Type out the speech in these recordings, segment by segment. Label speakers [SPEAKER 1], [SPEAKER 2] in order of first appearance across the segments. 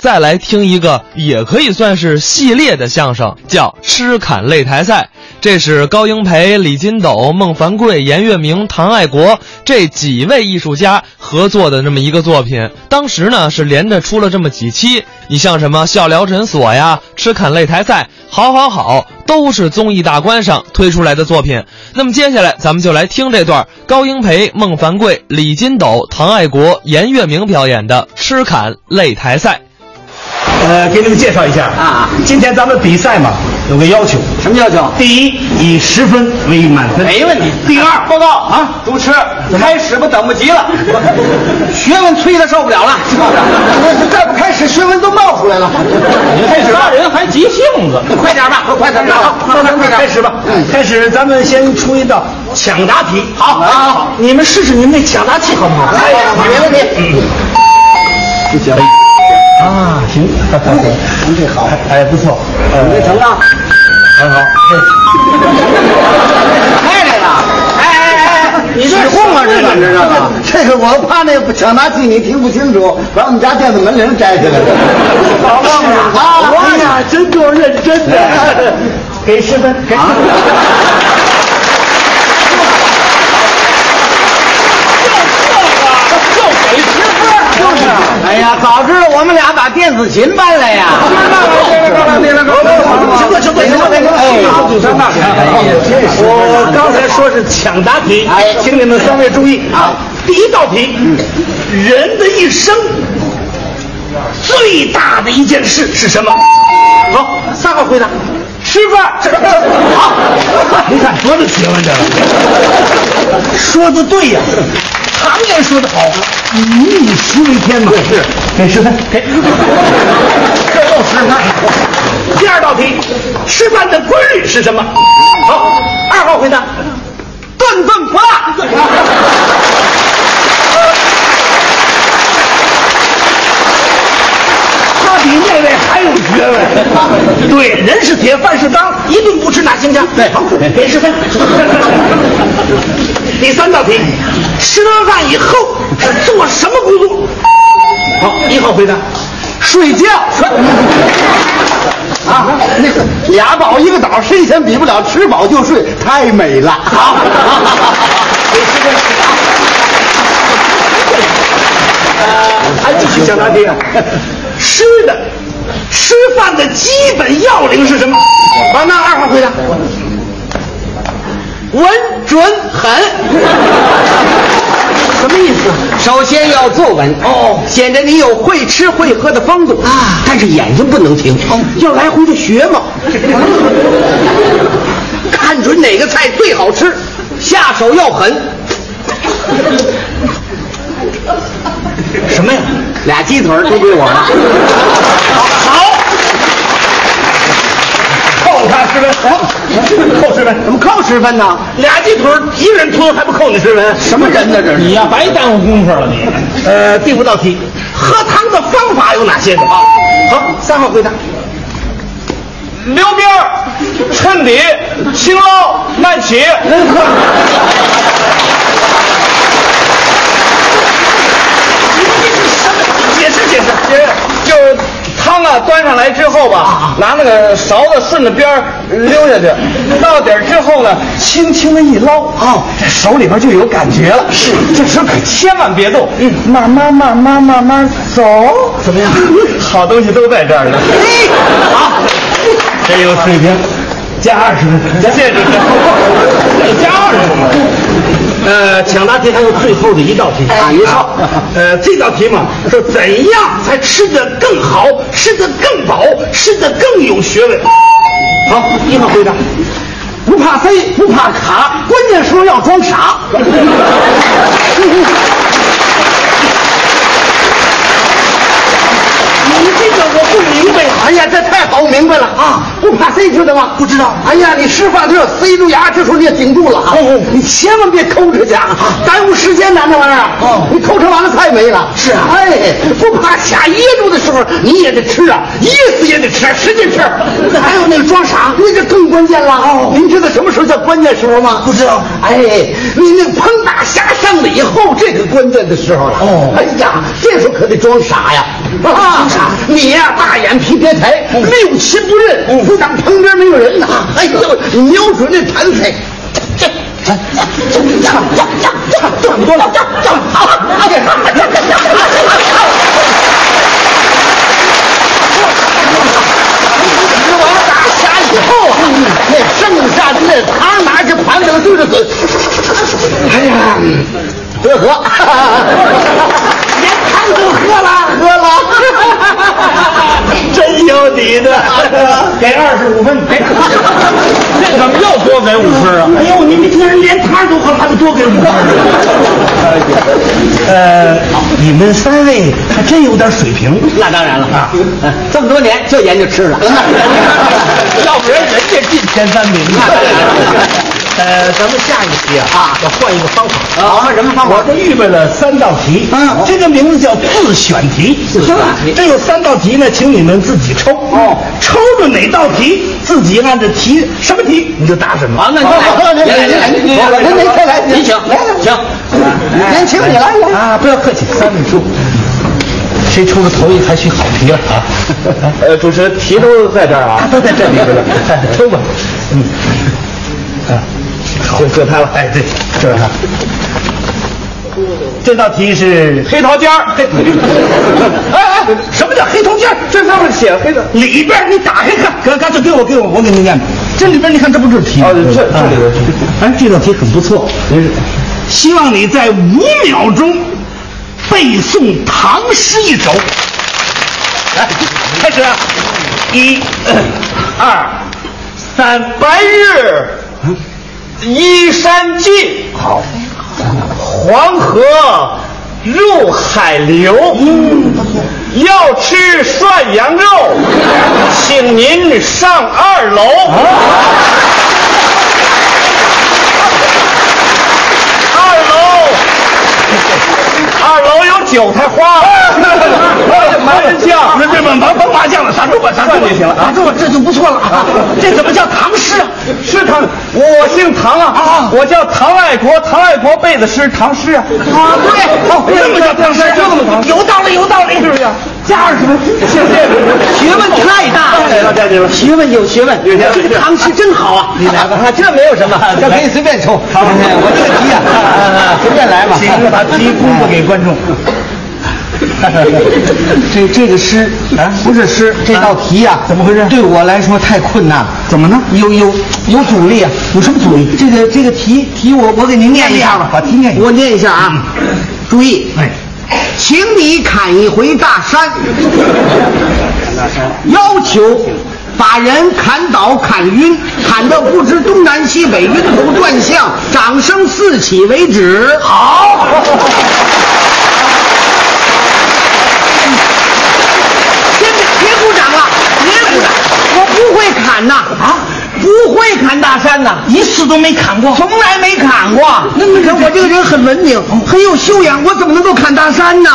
[SPEAKER 1] 再来听一个也可以算是系列的相声，叫《吃侃擂台赛》。这是高英培、李金斗、孟凡贵、严月明、唐爱国这几位艺术家合作的这么一个作品。当时呢是连着出了这么几期，你像什么《笑聊诊所》呀，《吃侃擂台赛》，好好好，都是综艺大观上推出来的作品。那么接下来咱们就来听这段高英培、孟凡贵、李金斗、唐爱国、严月明表演的《吃侃擂台赛》。
[SPEAKER 2] 呃，给你们介绍一下
[SPEAKER 3] 啊
[SPEAKER 2] 今天咱们比赛嘛，有个要求，
[SPEAKER 3] 什么要求？
[SPEAKER 2] 第一，以十分为满分，
[SPEAKER 3] 没问题。
[SPEAKER 2] 第二，
[SPEAKER 3] 报告啊，主持，开始吧，等不及了，学问催的受不 了了，受不了了，再不开始，学问都冒出来了。开始吧，人还急性子，快点吧，快点吧，快点，快点，
[SPEAKER 2] 开始吧。开始，咱们先出一道抢答题。啊
[SPEAKER 3] 好，好，
[SPEAKER 2] 你们试试您那抢答器好不好？
[SPEAKER 3] 来，没问题。嗯
[SPEAKER 2] 不行。啊，行，您这好，哎，不错，
[SPEAKER 3] 你这
[SPEAKER 2] 呃，
[SPEAKER 3] 成啊？
[SPEAKER 2] 很好。
[SPEAKER 3] 开来了，哎哎哎，你这哄啊，这个，你知道吗？
[SPEAKER 4] 这个我怕那个抢答器你听不清楚，把我们家店的门铃摘下来了。
[SPEAKER 3] 好棒啊！
[SPEAKER 4] 哎呀，真够认真的。
[SPEAKER 2] 给十分，给
[SPEAKER 3] 就是，哎呀，早知道我们俩把电子琴搬来呀！
[SPEAKER 2] 我刚才说是抢答题，
[SPEAKER 3] 哎
[SPEAKER 2] 请你们三位注意啊！第一道题，人的一生最大的一件事是什么？好，三个回答，吃饭。 好，你看多大学问这个，说的对呀、常言说得好，民以食为天嘛。是，给十分，给，这又十分。第二道题，吃饭的规律是什么？好，二号回答，顿顿不落。他比那位还有学问。 对，人是铁，饭是钢，一顿不吃哪行家？对，好，给十 分。第三道题，吃了饭以后是做什么工作？好，一号回答，睡觉。
[SPEAKER 4] 啊，那个俩宝一个岛，谁先比不了，吃饱就睡，太美了。好，
[SPEAKER 2] 还继续讲答题啊？吃的，吃饭的基本要领是什么？好，那二号回答。
[SPEAKER 3] 稳准狠，什么意思？首先要坐稳哦，显得你有会吃会喝的风度啊，但是眼睛不能停，
[SPEAKER 2] 哦
[SPEAKER 3] 要来回的学嘛，看准哪个菜最好吃，下手要狠。什么呀？俩鸡腿儿都归我 了。
[SPEAKER 2] 好，扣他十分，哎扣十分，
[SPEAKER 3] 怎么扣十分呢？
[SPEAKER 2] 俩鸡腿儿一个人吞还不扣你十分？
[SPEAKER 3] 什么人呢？这是
[SPEAKER 2] 你呀、白耽误功夫了你。呃，第五道题，喝汤的方法有哪些个啊？好，三号回答。溜冰、衬底、轻捞、慢起。
[SPEAKER 3] 嗯
[SPEAKER 2] 解释解释，解释就是汤啊端上来之后吧，拿那个勺子顺着边儿溜下去，到底儿之后呢，轻轻的一捞，哦，这手里边就有感觉了。是，这时候可千万别动，嗯，慢慢慢慢慢慢走，怎么样？好东西都在这儿呢。哎好，这有水平，加二 十分，谢谢主持，加二十分。呃，抢答题还有最后的一道题
[SPEAKER 3] 啊一道
[SPEAKER 2] 呃，这道题嘛，说怎样才吃得更好，吃得更饱，吃得更有学问？好，一号回答。
[SPEAKER 4] 不怕飞，不怕卡，关键时候要装傻。
[SPEAKER 2] 你这个我不明白。哎呀，这太好搞明白了啊！不怕 C 知道吗？不知道。哎呀，你吃饭都要塞住牙，这时候你也顶住了啊！你千万别抠指甲，耽误时间呐，这玩意儿。啊哦，你抠成完了菜没了。是啊，哎，不怕卡噎住的时候，你也得吃啊，噎死也得吃，使劲吃。还有那个装傻，那个更关键了。哦，您知道什么时候叫关键时候吗？不知道。哎，你那砰打瞎上了以后，这个关键的时候了。哦，哎呀，这时候可得装傻呀。啊，你呀、大眼皮别抬，六亲不认，不当旁边没有人呐。哎呦，你瞄准那盘水，这这这这呀呀呀呀，这么多了，呀呀好了，哎呀呀呀呀呀！ 吃完大虾以后啊，那剩下的那汤拿着盘子对着嘴，哎呀，得喝，连汤都喝了，喝了， 真有你 的。
[SPEAKER 3] 给二十五分，给，那怎么又多给五分啊？
[SPEAKER 2] 哎呦，你们这人连汤都喝了，还不多给我
[SPEAKER 3] 呃，你们三位还真有点水平。
[SPEAKER 2] 那当然了啊，这么多年就研究吃了。
[SPEAKER 3] 要不然人家进前三名呢。呃，咱们下一期啊，
[SPEAKER 2] 啊
[SPEAKER 3] 要换一个方法。
[SPEAKER 2] 好，什么方
[SPEAKER 3] 我
[SPEAKER 2] 法？
[SPEAKER 3] 这预备了三道题，
[SPEAKER 2] 嗯
[SPEAKER 3] 这个名字叫自选题，啊
[SPEAKER 2] 自选题
[SPEAKER 3] 这有三道题呢，请你们自己抽，
[SPEAKER 2] 哦，
[SPEAKER 3] 抽着哪道题，自己按照题什么题你就答什么。
[SPEAKER 2] 好，那您来，您来，您来，您您来，您请，请，年轻你来，来。
[SPEAKER 3] 啊，不要客气，三位数，谁出的头一还取好题了啊？
[SPEAKER 5] 呃，主持人题都在这儿啊，
[SPEAKER 3] 都在这里边 了，哎抽吧，嗯，啊，好，就他了，哎，对，就是他。这道题是
[SPEAKER 5] 黑桃尖儿，
[SPEAKER 3] 哎哎，什么叫黑头尖儿？这
[SPEAKER 5] 这上面写黑的，
[SPEAKER 3] 里边儿你打开看，刚刚才给我给我我给您念吧。这里边儿你看这不是题吗？
[SPEAKER 5] 哦这这里边儿
[SPEAKER 3] 哎，这道题很不错，希望你在五秒钟背诵唐诗一首。来，开始啊，一、二、三。
[SPEAKER 5] 白日依山尽，好，黄河入海流。要吃涮羊肉，请您上二楼。二楼，二楼有韭菜花，麻仁酱。
[SPEAKER 3] 别别别，甭甭麻将了，打住吧，打住吧，行了，打住吧，这就不错了啊！这怎么叫唐诗啊？
[SPEAKER 5] 是唐，我姓唐啊，
[SPEAKER 3] 啊
[SPEAKER 5] 我叫唐爱国，唐爱国背的诗，唐诗啊，
[SPEAKER 2] 哎
[SPEAKER 3] 啊，对，哦，这么叫唐诗，
[SPEAKER 5] 这么唐诗
[SPEAKER 3] 有道理，有道理，是不是？加二十分，谢谢。
[SPEAKER 2] 学问太大了，学问有学问，这个唐诗真好啊！你 来吧，这没有什么，这可以随便抽。好，我这个题啊， 随便来吧。
[SPEAKER 3] 行，把题公布给观众。
[SPEAKER 2] 这这个诗啊，不是诗，这道题呀、
[SPEAKER 3] 啊怎么回事
[SPEAKER 2] 对我来说太困难了。
[SPEAKER 3] 怎么呢？
[SPEAKER 2] 有有有阻力啊！
[SPEAKER 3] 有什么阻力？
[SPEAKER 2] 这个这个题题我我给您念一下吧，
[SPEAKER 3] 把题念一下嗯
[SPEAKER 2] 我念一下啊，注意，
[SPEAKER 3] 哎，
[SPEAKER 2] 请你砍一回大山，要求把人砍倒、砍晕，砍到不知东南西北、晕头转向，掌声四起为止。好，别别鼓掌了，别鼓掌，我不会砍呐啊。不会砍大山呐，
[SPEAKER 3] 一次都没砍过。哦
[SPEAKER 2] 从来没砍过。那你看我这个人很文明，很有修养，我怎么能够砍大山呢？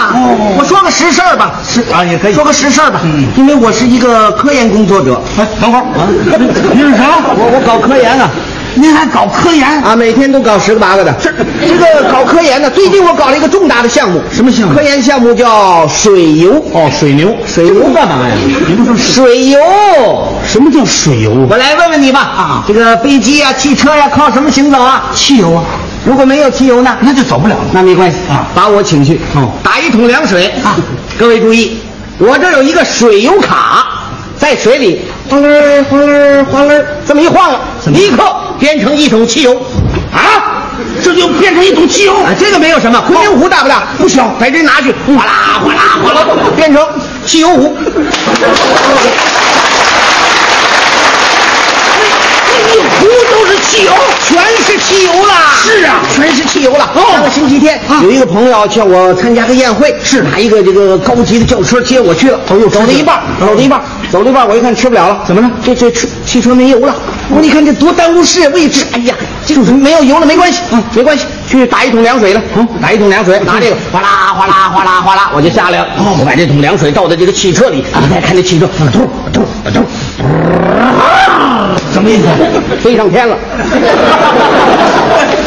[SPEAKER 2] 我说个实事儿吧，是
[SPEAKER 3] 哦啊也可以嗯
[SPEAKER 2] 说个实事儿吧，因为我是一个科研工作者，
[SPEAKER 3] 哎，等会儿啊， 你是啥？
[SPEAKER 2] 我我搞科研啊。
[SPEAKER 3] 您还搞科研？
[SPEAKER 2] 啊，每天都搞十个八个的。这这个搞科研呢，最近我搞了一个重大的项目，什么项目？科研项目叫水油。哦，水牛，水牛干嘛呀？您不说水油？
[SPEAKER 3] 什么叫水油？
[SPEAKER 2] 我来问问你吧，啊，这个飞机呀、汽车呀、靠什么行走啊？汽油啊。如果没有汽油呢？
[SPEAKER 3] 那就走不了了。
[SPEAKER 2] 那没关系
[SPEAKER 3] 啊
[SPEAKER 2] 把我请去，
[SPEAKER 3] 哦
[SPEAKER 2] 打一桶凉水啊！各位注意，我这儿有一个水油卡， 在水里哗啦儿哗啦儿哗啦儿，这么一晃悠，立刻变成一桶汽油啊！这就变成一桶汽油啊！这个没有什么，昆明壶大不大？不小，把这拿去，哗啦哗啦哗啦，变成汽油壶。一壶都是汽油，全是汽油啦！是啊，全是汽油了。哦，上个星期天、有一个朋友叫我参加个宴会，是拿一个这个高级的轿车接我去了。哦呦，走到一半儿，走到一半儿，走了一半，我一看吃不了了，怎么了？这这吃汽车没油了。我说你看这多耽误事业位置，哎呀，这没有油了没关系，嗯，没关系，去打一桶凉水来，打一桶凉水，拿这个哗啦哗啦哗啦哗啦，我就下来了。我把这桶凉水倒在这个汽车里，你再看这汽车，嘟嘟嘟，什么意思？飞上 天了。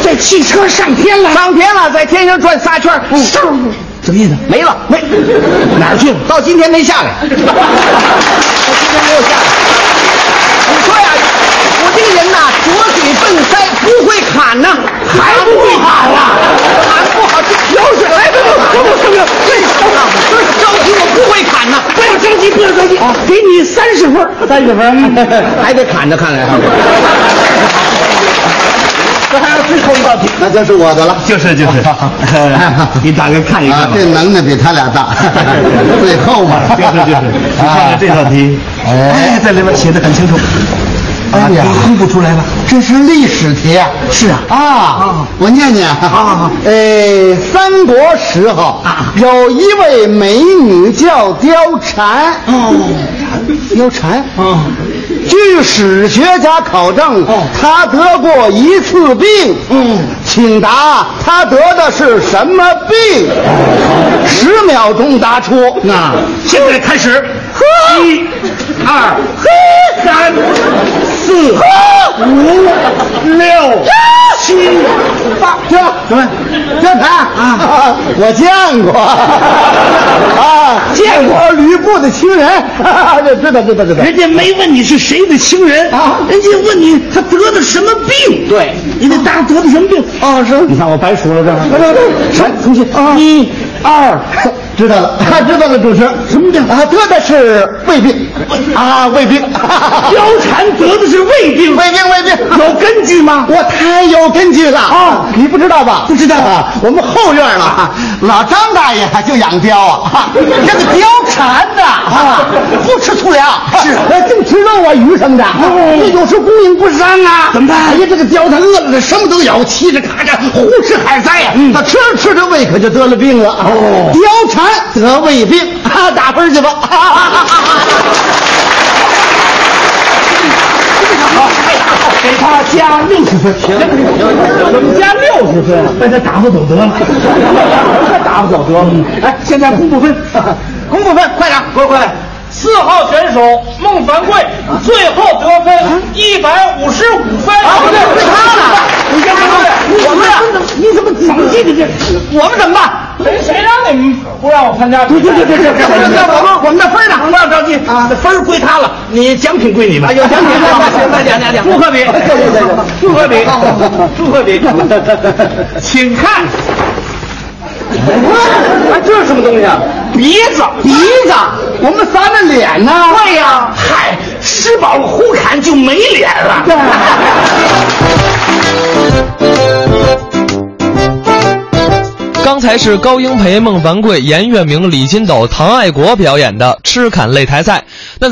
[SPEAKER 2] 这汽车上天了，上天了，在天上转仨圈，嗖、什么意思？没了，没哪儿去了？到今天没下 来，到今天没有下来。 你说呀，我这个人呐，左腿笨腮，不会砍呐，还不会砍啊？ 砍不好，这有水来不不不不不，这这着急，我不会砍呐，不要着急，不要着急，给你三十分，三十分， 还得砍着，看来。这还有最后一道题，
[SPEAKER 6] 那就是我的了。
[SPEAKER 1] 就是 就是，
[SPEAKER 6] 你
[SPEAKER 1] 打开看
[SPEAKER 6] 啊，这能耐比他俩大， 最后嘛，
[SPEAKER 1] 就是 就是，你看看这道题，
[SPEAKER 6] 哎，
[SPEAKER 1] 在里面写的很清楚，
[SPEAKER 6] 哎呀，
[SPEAKER 1] 听不出来吧？
[SPEAKER 6] 这是历史题啊！
[SPEAKER 2] 是啊
[SPEAKER 6] 啊，我念念啊，
[SPEAKER 2] 好好
[SPEAKER 6] 呃，三国时候
[SPEAKER 1] 啊
[SPEAKER 6] 有一位美女叫貂蝉，
[SPEAKER 2] 哦，
[SPEAKER 3] 嗯
[SPEAKER 6] 貂蝉，
[SPEAKER 2] 哦，
[SPEAKER 6] 据史学家考证，
[SPEAKER 1] 哦
[SPEAKER 6] 她得过一次病，
[SPEAKER 2] 嗯，
[SPEAKER 6] 请答她得的是什么病？十秒钟答出，
[SPEAKER 2] 那
[SPEAKER 3] 现在开始，一、二、三、四、五、六、七、八。
[SPEAKER 6] 这什么？这他啊， 我见 过啊，见过吕布的亲人， 这知道知道知道。
[SPEAKER 3] 人家没问你是谁的亲人
[SPEAKER 6] 啊
[SPEAKER 3] 人家问你他得的什么病。
[SPEAKER 2] 对，
[SPEAKER 3] 你得答得的什么病？
[SPEAKER 6] 啊，是，
[SPEAKER 3] 你看我白说了这
[SPEAKER 6] 来来来，重新啊，一二，三知道了，啊， 知道了，主持人，什么病啊？得的是胃病啊，胃 病，
[SPEAKER 3] 貂蝉得的是胃病，
[SPEAKER 6] 啊胃病胃病。
[SPEAKER 3] 有根据吗？
[SPEAKER 6] 我太有根据了啊！你不知道吧？不知道啊！我们后院了，老张大爷就养貂 啊，这个貂蝉的 啊，不吃粗粮，是净吃肉啊，鱼什么的。这有时候供应不上啊，怎么办？哎呀，这个貂它饿了，它什么都咬，嘁哧咔嚓，胡吃海塞呀。它吃着吃着胃可就得了病了。嗯哦，貂蝉得胃病，啊，打分去吧。
[SPEAKER 3] 给他加六十分，行，怎么加六十分？那他打发走得了，他打发走得了。哎，现在公布分，
[SPEAKER 2] 公布分，快点，快快，
[SPEAKER 5] 四号选手孟凡贵最后得分一百五十五分。
[SPEAKER 2] 啊，不对，是他了，
[SPEAKER 5] 你先不对，我们呀，
[SPEAKER 2] 你怎么怎记得这？我们怎么办？
[SPEAKER 5] 谁谁让你们不让我参加？对
[SPEAKER 2] 对对对对，我们我们的分呢？不要着急啊，分儿归他了，你奖品归你吧。有奖品，快点点点，不可比，不可比，不可比。
[SPEAKER 5] 请看
[SPEAKER 2] 哎，这是什么东西 啊？
[SPEAKER 5] 鼻子，
[SPEAKER 6] 鼻子，我们仨的脸呢？
[SPEAKER 2] 对呀，嗨，吃饱了胡侃就没脸 了。
[SPEAKER 1] 刚才是高英培、孟凡贵、严月明、李金斗、唐爱国表演的吃侃擂台赛。那